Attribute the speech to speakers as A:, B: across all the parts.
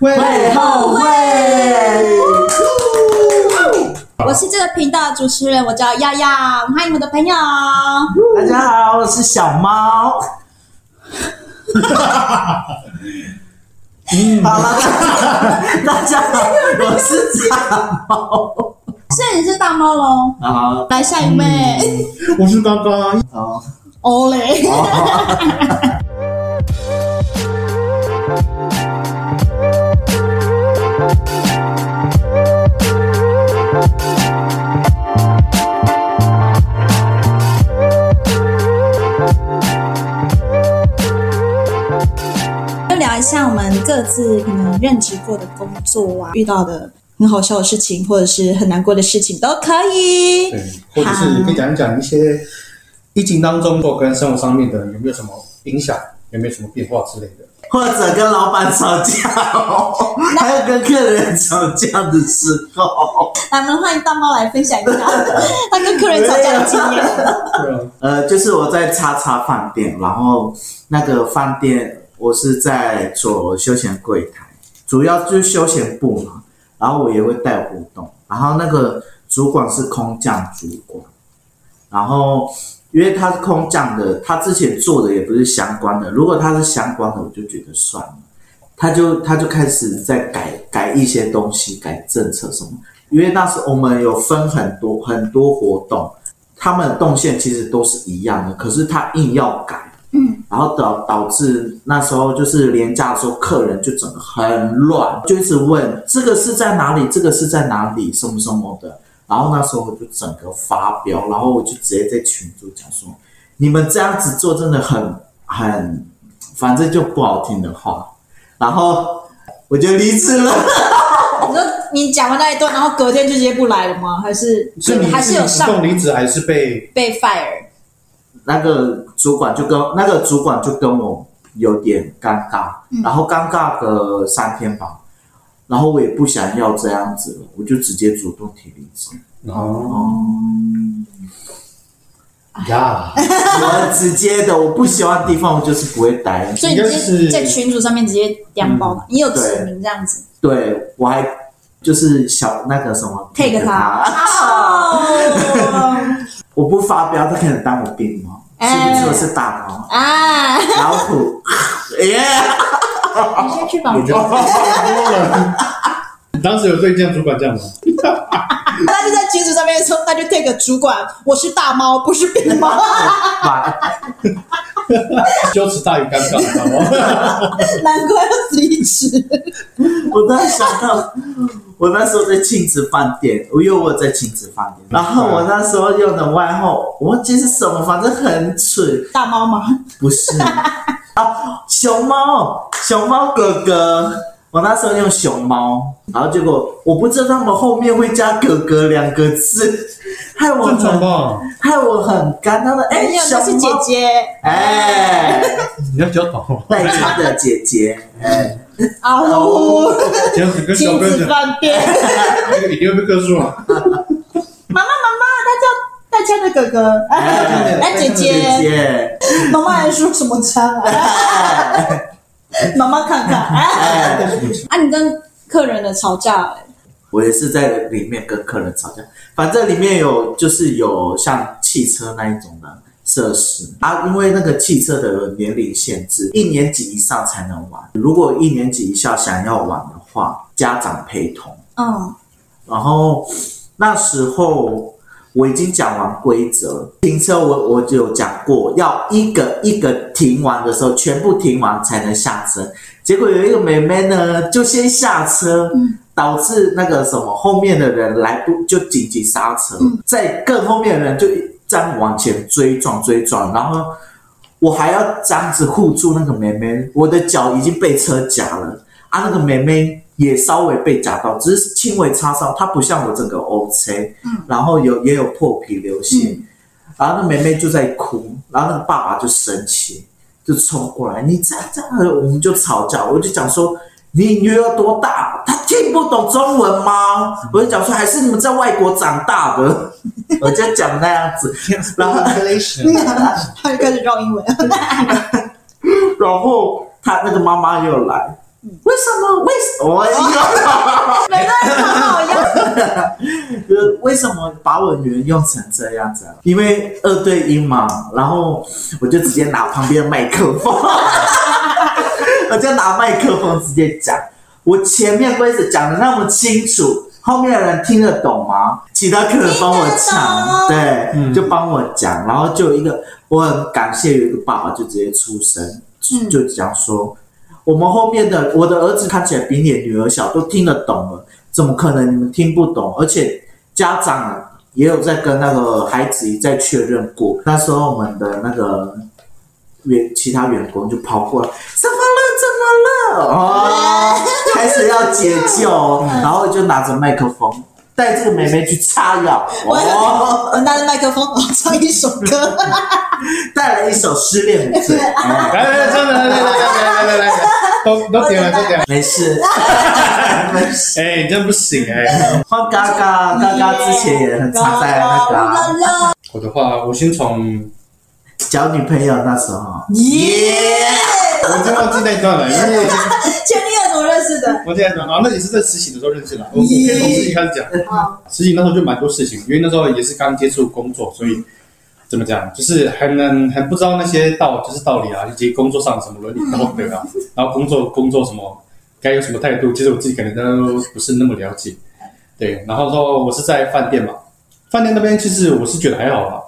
A: 会
B: 后
A: 悔。
B: 我是这个频道的主持人，我叫亚亚，我们欢迎我的朋友。
A: 大家好，我是小猫。好了，大家好，我是大猫。
B: 现在你是大猫喽，
A: 好，
B: 来下一位，
C: 我是刚刚
A: 好，
B: 欧蕾。就聊一下我们各自可能任职过的工作啊，遇到的很好笑的事情，或者是很难过的事情都可以。
C: 对，或者是可以讲一讲一些疫情当中或跟生活上面的有没有什么影响，有没有什么变化之类的。
A: 或者跟老板吵架哦，还有跟客人吵架的时候。
B: 来，我们欢迎大猫来分享一下他跟客人吵架的经验。
C: 对啊，
A: 呃，就是我在叉叉饭店，然后那个饭店我是在做休闲柜台，主要就是休闲部嘛，然后我也会带活动，然后那个主管是空降主管，然后因为他是空降的，他之前做的也不是相关的，如果他是相关的，我就觉得算了。他就他就开始在改改一些东西，改政策什么。因为那时我们有分很多很多活动，他们的动线其实都是一样的，可是他硬要改，嗯，然后导导致那时候就是廉价的时候，客人就整个很乱，就一直问这个是在哪里，这个是在哪里，什么什么的。然后那时候我就整个发飙，然后我就直接在群组讲说，你们这样子做真的很很，反正就不好听的话，然后我就离职了。
B: 你说你讲完那一段，然后隔天就直接不来了吗？还是
C: 是你
B: 还是有
C: 自己主
B: 上
C: 动离职还是被
B: 被 fire？
A: 那个主管就跟那个主管就跟我有点尴尬，然后尴尬个三天吧，然后我也不想要这样子了，我就直接主动提离职，
C: 哦
A: 哦，
C: 呀？
A: 我直接的，我不喜欢的地方我就是不会待，
B: 所以你直接
C: 应该是
B: 在群组上面直接两包嘛，你有指名这样子
A: 对我还就是小那个什么
B: take 他。哦，
A: 我不发飙，他可能当我病猫，是不
B: 哎
A: 是我是大猫
B: 啊，
A: 老虎？ 耶、
B: 你先去吧
C: 我。觉得太多了。你当时有对这样主管这样吗？
B: 他就在群组上面说，那就 take 主管，我是大猫，不是病 猫。
A: 把
C: 羞耻大于尴尬，你知道吗？
B: 难怪要离职。
A: 我突然想到，我那时候在亲子饭店，因为我有在亲子饭店，然后我那时候用的外号，我忘记是什么，反正很蠢，
B: 大猫吗？
A: 不是啊，熊猫，熊猫哥哥，我那时候用熊猫，然后结果我不知道他们后面会加哥哥两个字，害我
C: 正常
A: 很
C: 吧？
A: 害我很尴尬的，哎、
B: 没有，
A: 熊
B: 那是姐
A: 猫，
B: 姐。
A: 哎、
C: 你要教导，
A: 带她的姐姐，
B: 啊呜，
C: 这样子跟小
B: 亲
C: 哥
B: 子
C: 讲，
B: 饭店。
C: 那个一定会被克数啊。
B: 妈妈妈妈，他叫大家的哥哥，
A: 哎
B: 哎， 姐
A: 姐
B: 姐，
A: 姐。哎
B: 妈妈还说什么家啊？妈妈看看，哎， 啊，你跟客人的吵架，哎
A: 我也是在里面跟客人吵架，反正里面有就是有像汽车那一种的设施啊，因为那个汽车的年龄限制，一年级以上才能玩。如果一年级以下想要玩的话，家长陪同。
B: 嗯，
A: 然后那时候我已经讲完规则，停车我我就有讲过，要一个一个停完的时候，全部停完才能下车。结果有一个妹妹呢，就先下车，导致那个什么后面的人来不就紧急刹车，在更后面的人就这样往前追撞追撞，然后。我还要这样子护住那个妹妹，我的脚已经被车夹了啊！那个妹妹也稍微被夹到，只是轻微擦伤，她不像我整个 O C，然后有也有破皮流血，然后那妹妹就在哭，然后那个爸爸就生气，就冲过来，你这样这样，我们就吵架，我就讲说。你女儿多大？她听不懂中文吗？我就讲说，还是你们在外国长大的，我就讲那样子。然后嗯
B: 他就开始绕英文，哦
A: 然后他那个妈妈又来，为什么？为什么？
B: 每个人都好一样，
A: 就是为什么把我女儿用成这样子、啊？因为二对一嘛，然后我就直接拿旁边的麦克风， 我就拿麦克风直接讲。我前面规则讲的那么清楚，后面的人听得懂吗？其他客人帮我讲，
B: 听
A: 对，
C: 嗯
A: 就帮我讲，然后就有一个我很感谢有一个爸爸就直接出声，
B: 嗯
A: 就讲说。我们后面的我的儿子看起来比你的女儿小，都听得懂了，怎么可能你们听不懂？而且家长也有在跟那个孩子在确认过。那时候我们的那个员其他员工就跑过来，怎么了？怎么了？哦， 开始要解救，然后就拿着麦克风带这个妹妹去插药，
B: 我
A: 哦，
B: 我拿着麦克风唱一首歌，
A: 带来一首失恋舞醉。哎
C: 来来来，真的来来来来来来来，都都点了都点了，
A: 没事，没事。
C: 哎，你真不行哎。
A: 换嘎嘎，嘎嘎啊之前也很常在那个啊、
C: 我的话，我先从
A: 交女朋友那时候，
B: 耶！
C: 我已经忘记那一段了，因为我已经
B: 前女友怎么认识的？
C: 我这样讲啊，那也是在实习的时候认识的。我我可以从实习开始讲，
B: 啊，
C: 实习那时候就蛮多事情，因为那时候也是刚接触工作，所以怎么讲，就是还能还不知道那些道就是道理啊，以及工作上什么伦理道德啊，然后工作工作什么该有什么态度，其实我自己可能都不是那么了解。对，然后说我是在饭店嘛，饭店那边其实我是觉得还好啦，啊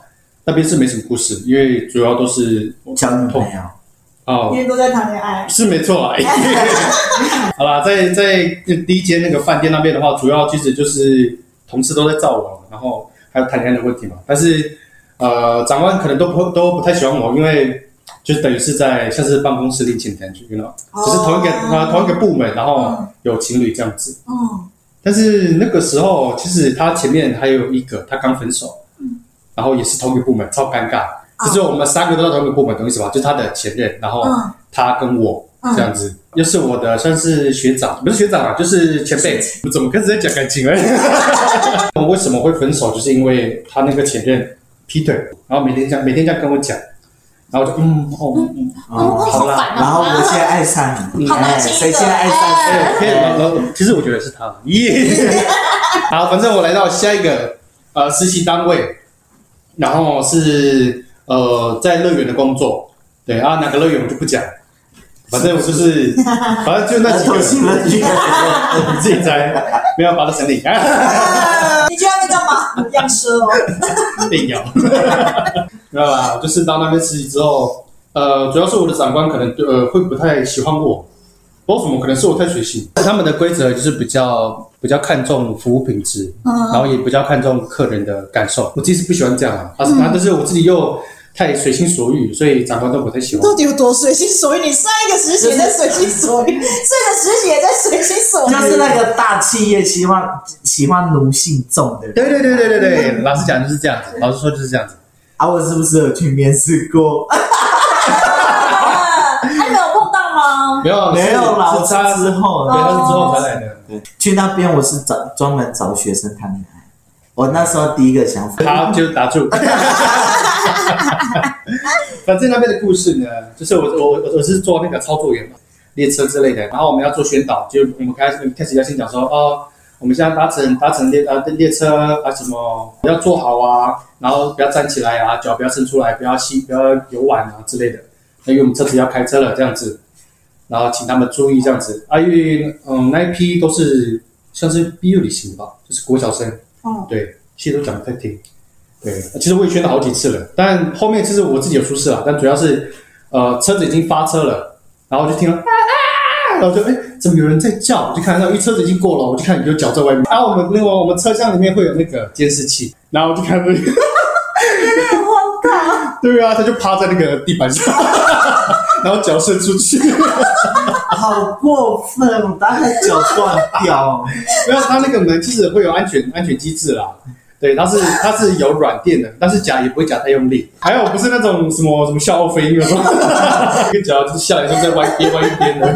C: 那边是没什么故事，因为主要都是
A: 交女朋友，
C: 哦
B: 因为都在谈恋爱。
C: 是没错啦。好啦，在在第一间那个饭店那边的话，主要其实就是同事都在造网，然后还有谈恋爱的问题嘛。但是呃，长官可能都不都不太喜欢我，因为就是等于是在像是办公室恋情的感觉，you know，只是同一个、呃同一个部门，然后有情侣这样子。
B: 哦，
C: 但是那个时候，其实他前面还有一个，他刚分手，然后也是同一个部门，超尴尬。就是我们三个都在同一个部门，懂意思吧？就是他的前任，然后
B: 嗯
C: 他跟我、这样子，又是我的算是学长，不是学长啊，就是前辈。我怎么开始在讲感情了？ 我为什么会分手？就是因为他那个前任劈腿，然后每天这样每天这样跟我讲，然后我就嗯哦嗯嗯，
A: 哦，
B: 好
C: 好啦
B: 烦啊
A: 然后我现在爱上你，
B: 好
A: 哎，
B: 难听的
A: 谁先爱上
C: 哎，可以
A: 谁？
C: 然后 其实我觉得是他。耶，好，反正我来到下一个呃实习单位，然后是呃在乐园的工作。对啊，哪个乐园我就不讲，反正我就是，反正就那
A: 儿
C: 几个
A: 童新乐
C: 人，
A: 园，
C: 你自己猜，没有把它整理，
B: 哎你去那边干嘛？你这样说哦。
C: 硬 要，知道吧？我就是到那边实习之后，呃，主要是我的长官可能对呃会不太喜欢我，不知道为什么，可能是我太随性。他们的规则就是比较比较看重服务品质，然后也比较看重客人的感受。我自己是不喜欢这样啊，但是、但是我自己又太随心所欲，所以长官都不太喜欢。
B: 到底有多随心所欲？你上一个实习也在随心所 欲，这个实习也在随心所欲。
A: 就是 那个大企业喜欢喜欢奴性重的人。
C: 对对对对对对，老实讲就是这样子，老实说就是这样子。
A: 啊，我是不是有去面试过？
B: 啊，哎，没有碰到吗？
C: 没有啊
A: 没有啦，我
C: 是他
A: 是之后
C: 对，
A: 的
C: 他是之后才来的。
A: 去那边，我是找专门找学生谈恋爱。我那时候第一个想法，
C: 好，就打住。反正那边的故事呢，就是我我我我是做那个操作员嘛，列车之类的，然后我们要做宣导，就我们开始开始要先讲说哦，我们现在搭乘搭乘列呃列车啊什么要坐好啊，然后不要站起来啊，脚不要伸出来，不要吸不要游玩啊之类的，那因为我们车子要开车了这样子，然后请他们注意这样子啊，因为嗯那一批都是像是毕业旅行吧，就是国小生，
B: 哦，
C: 对，其实都讲不太听。对，其实我也宣了好几次了，但后面其实我自己有出事了，但主要是呃车子已经发车了，然后就听到啊啊，然后就哎怎么有人在叫？我就看到，因为车子已经过了，我就看有脚在外面。 啊，我们那个我们车厢里面会有那个监视器，然后我就看到，
B: 很荒唐。
C: 对啊，他就趴在那个地板上， 然后脚伸出去。
A: 好过分，我大概脚断掉。
C: 没有，它那个门其实会有安全安全机制啦。对，它是它是有软垫的，但是夹也不会夹太用力。还有不是那种什么什么笑傲飞鹰那 种，一个夹啊就是下来就在歪边歪一边 的。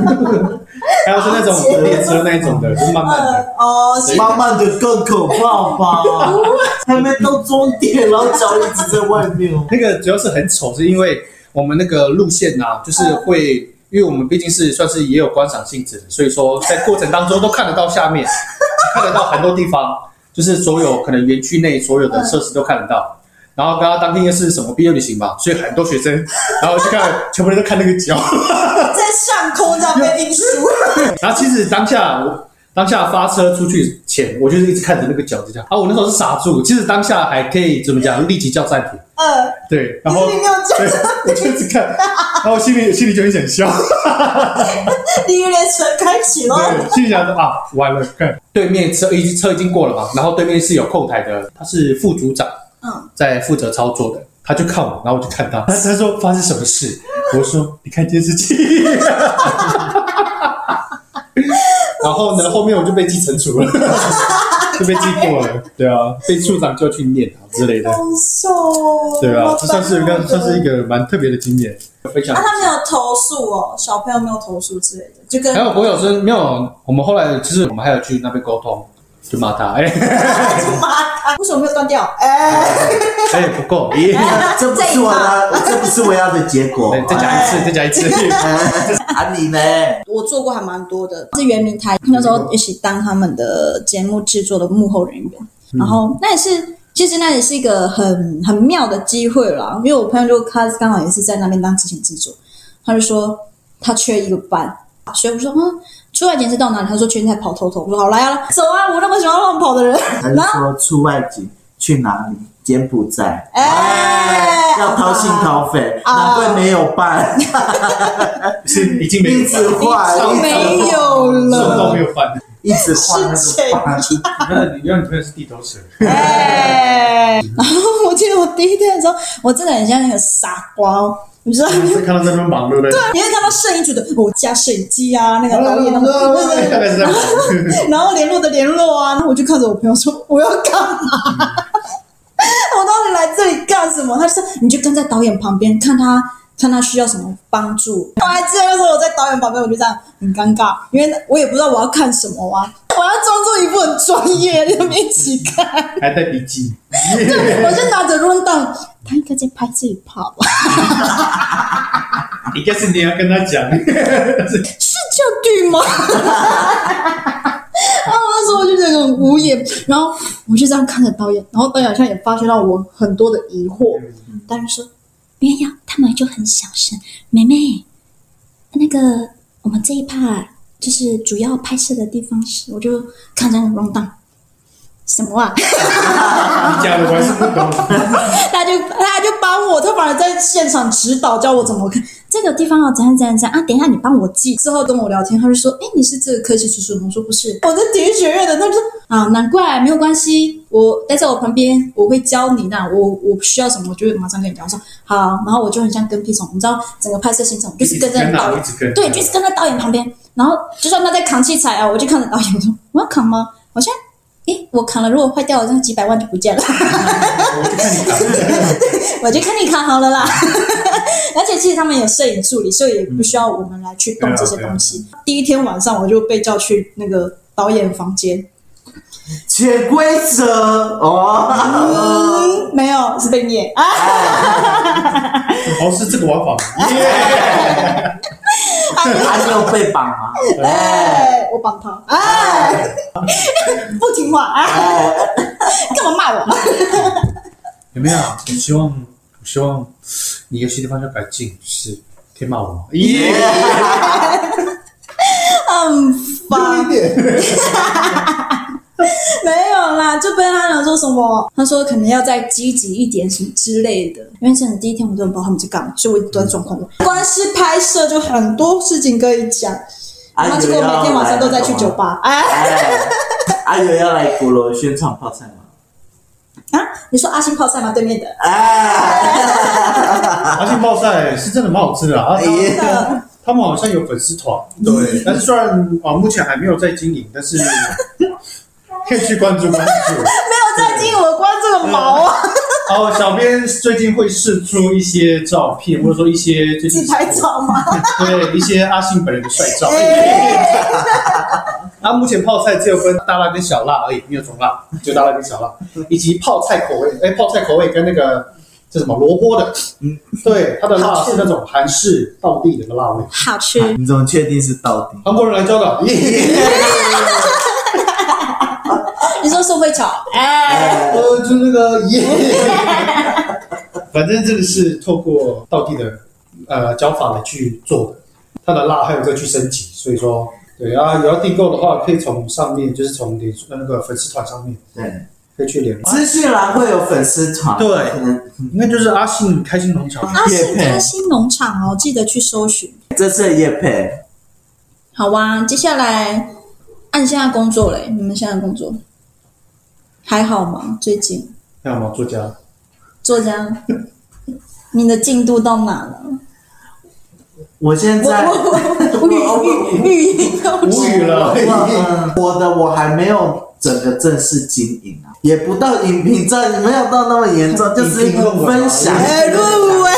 C: 还有是那种列车那一种的，就是慢慢的。
B: 嗯， 哦，是
A: 慢慢的更可怕吧？还没到终点，然后脚一 直在外面哦。
C: 那个主要是很丑，是因为我们那个路线呐、啊，就是会因为我们毕竟是算是也有观赏性质的，所以说在过程当中都看得到下面，看得到很多地方，就是所有可能园区内所有的设施都看得到。然后刚刚当天又是什么毕业旅行嘛，所以很多学生，然后去看，全部人都看那个脚。
B: 在上空这样被 运输，
C: 然后其实当下我当下发车出去前，我就是一直看着那个脚就这样。啊，我那时候是傻住，其实当下还可以怎么讲，立即叫暂停。
B: 呃，
C: 对，然
B: 你
C: 后
B: 是没有叫
C: 对，我就一直看，然后我心里心里就很想笑，
B: 你有点唇开启了。
C: 对，心里想说啊，完了，看对面车已经车已经过了嘛，然后对面是有后台的，他是副组长
B: 嗯，
C: 在负责操作的，他就看我，然后我就看他，他他说发生什么事，我说你看电视机。然后呢，后面我就被记惩处了，就被记过了。对啊，被处长叫去念啊之类的。
B: 好瘦哦。
C: 对啊
B: 好，
C: 这算是一
B: 棒
C: 个
B: 哦
C: 算是一。个蛮特别的经验，分享
B: 啊，。他没有投诉哦，小朋友没有投诉之类的，就跟
C: 还有国小生没有，我们后来就是我们还有去那边沟通，就骂他，哎、
B: 就骂他，为什么没有断掉？哎，
C: 哎、不够，咦
A: 这不是我的，这不是我要的结果
C: 哎。再讲一次，再讲一次，
A: 啊，你呢？
B: 我做过还蛮多的，是圆明台那时候一起当他们的节目制作的幕后人员，然后那也是。其实那也是一个很很妙的机会啦，因为我朋友就他刚好也是在那边当执行制作，他就说他缺一个班，所以我说嗯，出外景是到哪里？他说去在跑头头，我说好来啊，走啊，我那么喜欢乱跑的人，
A: 他就说出外景去哪里？柬埔寨，
B: 哎
A: 要掏心掏肺，
B: 啊
A: 难怪没有办，
C: 是已经没
A: 一
C: 有
A: 直
C: 饭，
A: 换，
B: 已经没有
C: 什么都
B: 了
C: 没有饭。
A: 一直换那个饭。
C: 那你让你朋友是地头蛇，
B: 哎，然后我记得我第一天的时候，我真的很像那个傻瓜哦，你知道吗？
C: 是看到那边忙，对不对？
B: 你会看到摄影组的，我加摄影机啊，那个导演那个，对对
C: 大概是这样。
B: 对，然后联络的联络啊，然后我就看着我朋友说我要干嘛？我到底来这里干什么？他就说你就跟在导演旁边，看他看他需要什么帮助。我还记得那时候我在导演旁边，我就这样很尴尬，因为我也不知道我要看什么啊，我要装作一副很专业，在那边一起看。
C: 还带笔记，
B: 我就拿着 run down，他应该在拍这一 part 吧？
C: 应该是你要跟他讲，
B: 是这样对吗？ 然后那时候我就觉得很无言，然后我就这样看着导演，然后导演好像也发现到我很多的疑惑，导演说
D: 没有，他们就很小声。妹妹，那个我们这一趴就是主要拍摄的地方是，
B: 我就看着那个 run down，什么啊？
C: 你讲的我还是不懂。
B: 他就他就帮我，他反而在现场指导教我怎么看这个地方要怎样怎样怎样啊！等一下你帮我记，之后跟我聊天，他就说：“哎，你是这个科系出身吗？”我说：“不是，我在体育学院的。”他就说：“啊，难怪，没有关系，我待在我旁边，我会教你那我我需要什么，我就会马上跟你讲。”我说：“好。”然后我就很像跟屁虫，你知道整个拍摄行程，我就是跟在导
C: 一直跟啊一直跟
B: 对，就是跟在导演旁边，然后就算他在扛器材啊，我就看着导演我说：“我要扛吗？好像。”诶，我扛了，如果坏掉了，那几百万就不见了。
C: 我就看你打，
B: 我就看你看好了啦。 而且其实他们有摄影助理，所以也不需要我们来去动这些东西。第一天晚上我就被叫去那个导演房间，
A: 潜规则哦，哎
B: 嗯，没有是被念啊。
C: 哦，是这个玩法，
A: 还没有被绑啊吗？
B: 哎，我帮他，哎， 不听话，哎，干嘛骂我？
C: 有没有？我希望，我希望你有些地方要改进，是可以骂我吗？耶，
B: 很烦。 没有啦，就被他讲说什么，他说可能要再积极一点什么之类的。因为真的第一天我真的不知道他们在干嘛，所以我一直都在状况外。光是拍摄就很多事情可以讲，
A: 啊
B: 然后结果每天晚上都在去酒。吧。哎
A: 哎，阿友要来鼓楼宣传泡菜吗？
B: 啊，你说阿星泡菜吗？对面的，
A: 哎，
C: 而且泡菜是真的蛮好吃的啊。
A: 哎耶
C: 他他们好像有粉丝团，对，但是虽然啊目前还没有在经营， 但是可以去关注关注。
B: 没有在听我关这个毛啊，
C: 哦，小编最近会试出一些照片，或者说一些最
B: 自
C: 近
B: 拍照吗？
C: 对一些阿信本人的帅照。
B: 哎
C: 那目前泡菜只有分大辣跟小辣而已，没有中辣，就大辣跟小辣，以及泡菜口味。哎，泡菜口味跟那个是什么萝卜的，
A: 嗯
C: 嗯，对，它的辣
B: 好吃
C: 是那种韩式道地的辣味。
B: 好吃。
A: 你怎么确定是到底？
C: 韩国人来教的，
B: 你说宋慧乔？哎，
C: 呃，就那个耶，反正这个是透过道地的呃教法来去做的，它的辣还有再去升级，所以说对啊，有要订购的话，可以从上面就是从脸书那个粉丝团上面
A: 对，
C: 可以去联络，
A: 资讯栏会有粉丝团，
C: 对
A: 可能
C: 应该就是阿信开心农场。
B: 阿
A: 叶
B: 信
A: 配
B: 开心农场哦，记得去搜寻。
A: 这次也配
B: 好哇、接下来按现在工作嘞，你们现在工作还好吗？最近
C: 那我们作家，
B: 作家，你的进度到哪了？
A: 我现在
B: 我我欲欲欲言又
C: 无语
B: 止。
C: 了，
A: 我 我的我还没有整个正式经营啊，也不到影评战，没有到那么严重，就是一个分享，
B: 哎，论文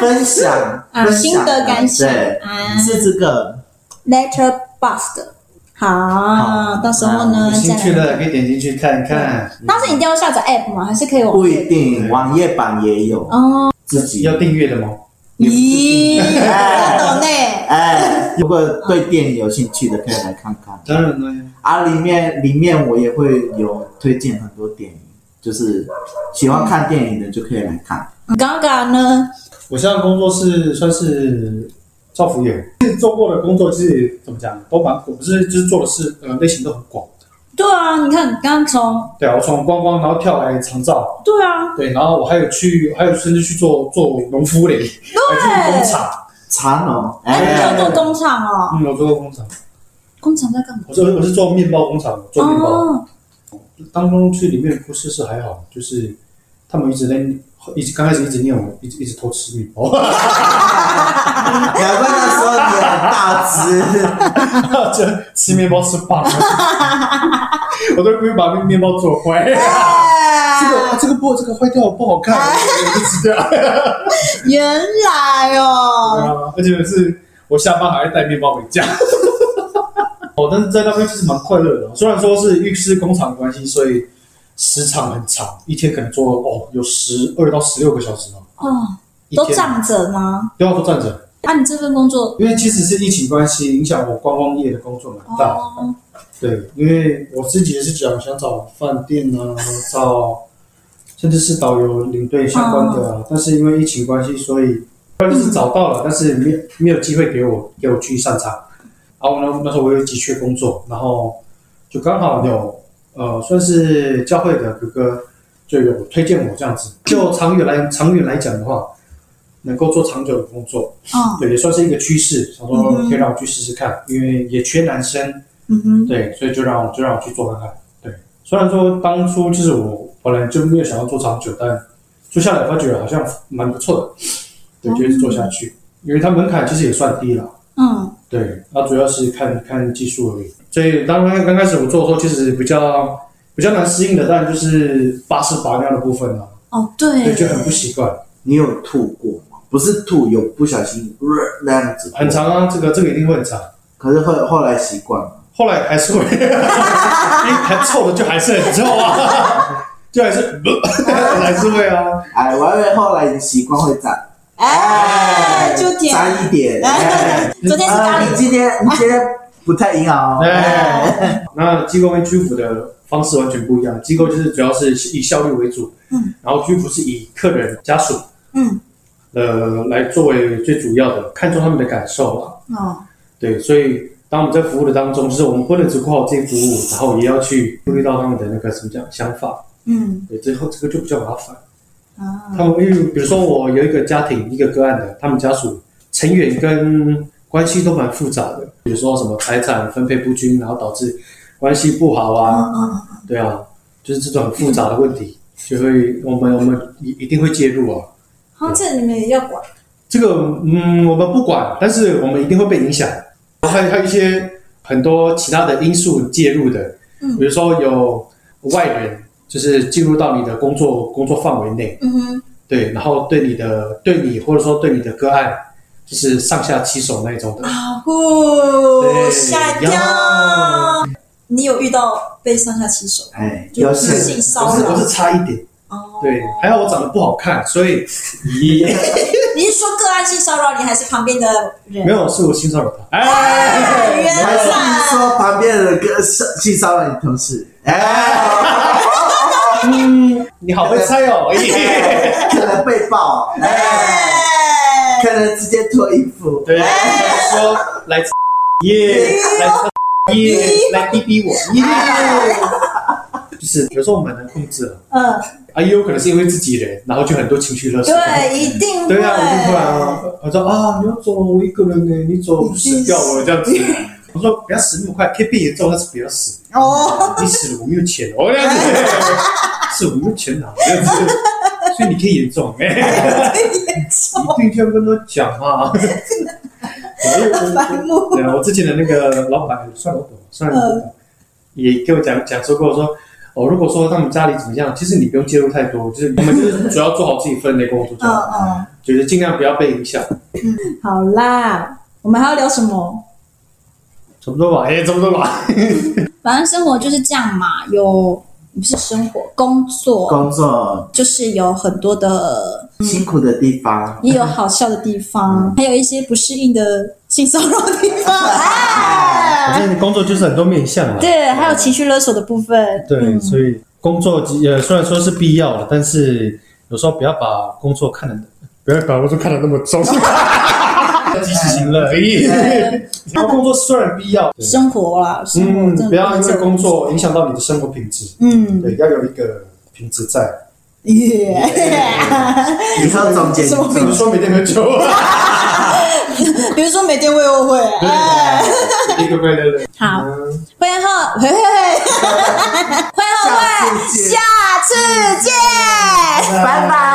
A: 分享，
B: 啊
A: 分享
B: 心得感想
A: 对，
B: 啊
A: 是这个，
B: ，letter bust。好
A: 好，
B: 到时候呢
C: 有，兴
B: 再
C: 趣
B: 来。
C: 的可以点进去看看，
B: 当时一定要下载 app 吗？还是可以网
A: 不一
B: 页
A: 定，网页版也有
B: 哦。
A: 自己
C: 要订阅的吗？
B: 咦，我懂嘞。
A: 哎，如果对电影有兴趣的，可以来看看
C: 当然了，
A: 啊。里面里面我也会有推荐很多电影，就是喜欢看电影的就可以来看。
B: 刚刚呢？
C: 我现在工作是算是造福员，做过的工作是怎么讲，都蛮广，不是就是做的事呃类型都很广。
B: 对啊，你看，刚刚从
C: 对啊，我从观光然后跳来长照，
B: 对啊，
C: 对，然后我还有去，还有甚至去做做农夫嘞，还去工厂，
A: 长龙，
B: 哎，你有
A: 哎，
B: 做工厂哦？
C: 嗯，我做过工厂，
B: 工厂在干嘛？
C: 我是我是做面包工厂，做面包，
B: 哦，
C: 当中去里面的故事是还好，就是他们一直在一直刚开始一直念我，一直一直偷吃面包，
A: 难怪那时候你很大只，
C: 就吃面包吃棒了， 我都故意把面包做坏。
B: 啊
C: 这
B: 哎
C: 个这个不这个坏掉不好看，我就吃掉。
B: 原来
C: 对
B: 哦，
C: 啊，而且是我下班还会带面包回家。 哦，但是在那边其实蛮快乐的，虽然说是浴室工厂的关系，所以时长很长，一天可能做哦有十二到十六个小时哦，
B: 哦，
C: 一
B: 都
C: 天
B: 站着吗？
C: 对啊，都站着，
B: 啊，你这份工作
C: 因为其实是疫情关系影响我观光业的工作蛮大的。
B: 哦，
C: 对，因为我自己也是讲想找饭店啊，找甚至是导游领队相关的、啊，但是因为疫情关系，所以但是找到了，但是没有没有机会给我给我去上场。然后呢，那时候我有急缺工作，然后就刚好有呃，算是教会的哥哥就有推荐我这样子。就长远来长远来讲的话，能够做长久的工作，
B: 哦，
C: 对，也算是一个趋势。想说
B: 嗯
C: 可以让我去试试看，因为也缺男生。
B: 嗯哼，
C: 对，所以就让我就让我去做看看。对，虽然说当初就是我本来就没有想要做长久，但做下来发觉好像蛮不错的，对，就一直做下去。因为它门槛其实也算低了，
B: 嗯，
C: 对，那主要是看看技术而已。所以当然刚开始我做的时候，其实比较比较难适应的，当然就是巴士拔尿的部分了，
B: 哦，对，
C: 对，就很不习惯。
A: 你有吐过吗？不是吐，有不小心呃那样子，
C: 很。长啊，这个这个一定会很长。
A: 可是后后来习惯了，
C: 后来还是会， 因为还臭的就还是很臭啊， 就还是还是会啊。
A: 哎，我还以为后来你习惯会长，
B: 哎，就甜，
A: 长一点。哎
B: 哎，昨天是咖
A: 啊你
B: 喱，
A: 今天你今天不太硬哦。
C: 哎，那机构跟居服的方式完全不一样，机构就是主要是以效率为主，
B: 嗯，
C: 然后居服是以客人家属
B: 嗯，
C: 呃来作为最主要的，看重他们的感受啦。
B: 哦，
C: 对，所以当我们在服务的当中，就是我们不能只顾好自己服务，然后也要去注意到他们的那个什么讲想法，
B: 嗯，
C: 对，最后这个就比较麻烦。
B: 啊，
C: 他们因为比如说我有一个家庭一个个案的，他们家属成员跟关系都蛮复杂的，比如说什么财产分配不均，然后导致关系不好啊，
B: 嗯
C: 对啊，就是这种很复杂的问题，就会我们我们一一定会介入啊。
B: 好，这你们也要管，
C: 这个嗯，我们不管，但是我们一定会被影响。还还有一些很多其他的因素介入的，
B: 嗯
C: 比如说有外人，就是进入到你的工作工作范围内，
B: 嗯哼，
C: 对，然后对你的对你或者说对你的个案，就是上下其手那一种的。
B: 啊呼，
C: 对
B: 吓一跳
C: 要，
B: 你有遇到被上下其手？
A: 哎，
B: 就
A: 有
B: 是性
A: 些
B: 骚
C: 我是我
B: 扰
C: 是差一点，
B: 哦，
C: 对，还好我长得不好看，所以咦
B: 你是说个案性骚扰你，还是旁边的人？
C: 没有是我欣赏了他。哎，
B: 哎原
A: 还是
B: 来
A: 你说旁边的跟性骚扰你同事？哎，
C: 嗯你好会猜哦！咦
A: 可能被爆，哎，
B: 哎
A: 可能直接脱衣服，
C: 对，他说来耶，来耶，来逼逼我耶，就是有时候蛮难控制的
B: 嗯，
C: 啊，也有可能是因为自己人，然后就很多情绪勒索。
B: 对，一定会。
C: 对啊，我就突然啊，我说啊，你要走，我一个人呢，你走不死掉我这样子。我说不要死那么快，K B 严重，但是不要死，
B: 哦，
C: 你死了我没有钱，哦我这样 子，是我没有钱拿，这样子，所以你可以严 重，哎，一定要跟他讲 啊。
B: 白目。
C: 对啊，我之前的那个老板算老板，算老板，也跟我讲讲说过说，哦，如果说他们家里怎么样，其实你不用介入太多，就是我们就是主要做好自己分内工作就
B: 嗯
C: 好，
B: 嗯，
C: 就是尽量不要被影响，
B: 好啦，我们还要聊什么？
C: 差不多吧，哎，差不多吧。
B: 反正生活就是这样嘛，有不是生活，工作
A: 工作
B: 就是有很多的，
A: 辛苦的地 方，
B: 也有好笑的地
C: 嗯
B: 方，还有一些不适应的性骚扰的地 方。
C: 反
B: 哎
C: 正工作就是很多面向啊，
B: 对，还有情绪勒索的部分。
C: 对，
B: 嗯
C: 所以工作呃虽然说是必要了，但是有时候不要把工作看得不要把工作看得那么重。 及时行乐，然后工作虽然必要，对
B: 生活啦，生活
C: 嗯
B: 真的，
C: 不要因为工
B: 作，
C: 作影响到你的生活品质。
B: 嗯，
C: 对，要有一个品质在。
B: 耶，
A: 以后总结
B: 什么
C: 比如说每天喝酒，
B: 比如说每天我会，哎，
C: 一个快乐的。
B: 好，
C: 嗯
B: 会后 会会会，会后会，
A: 下次见
B: 下次见，拜拜。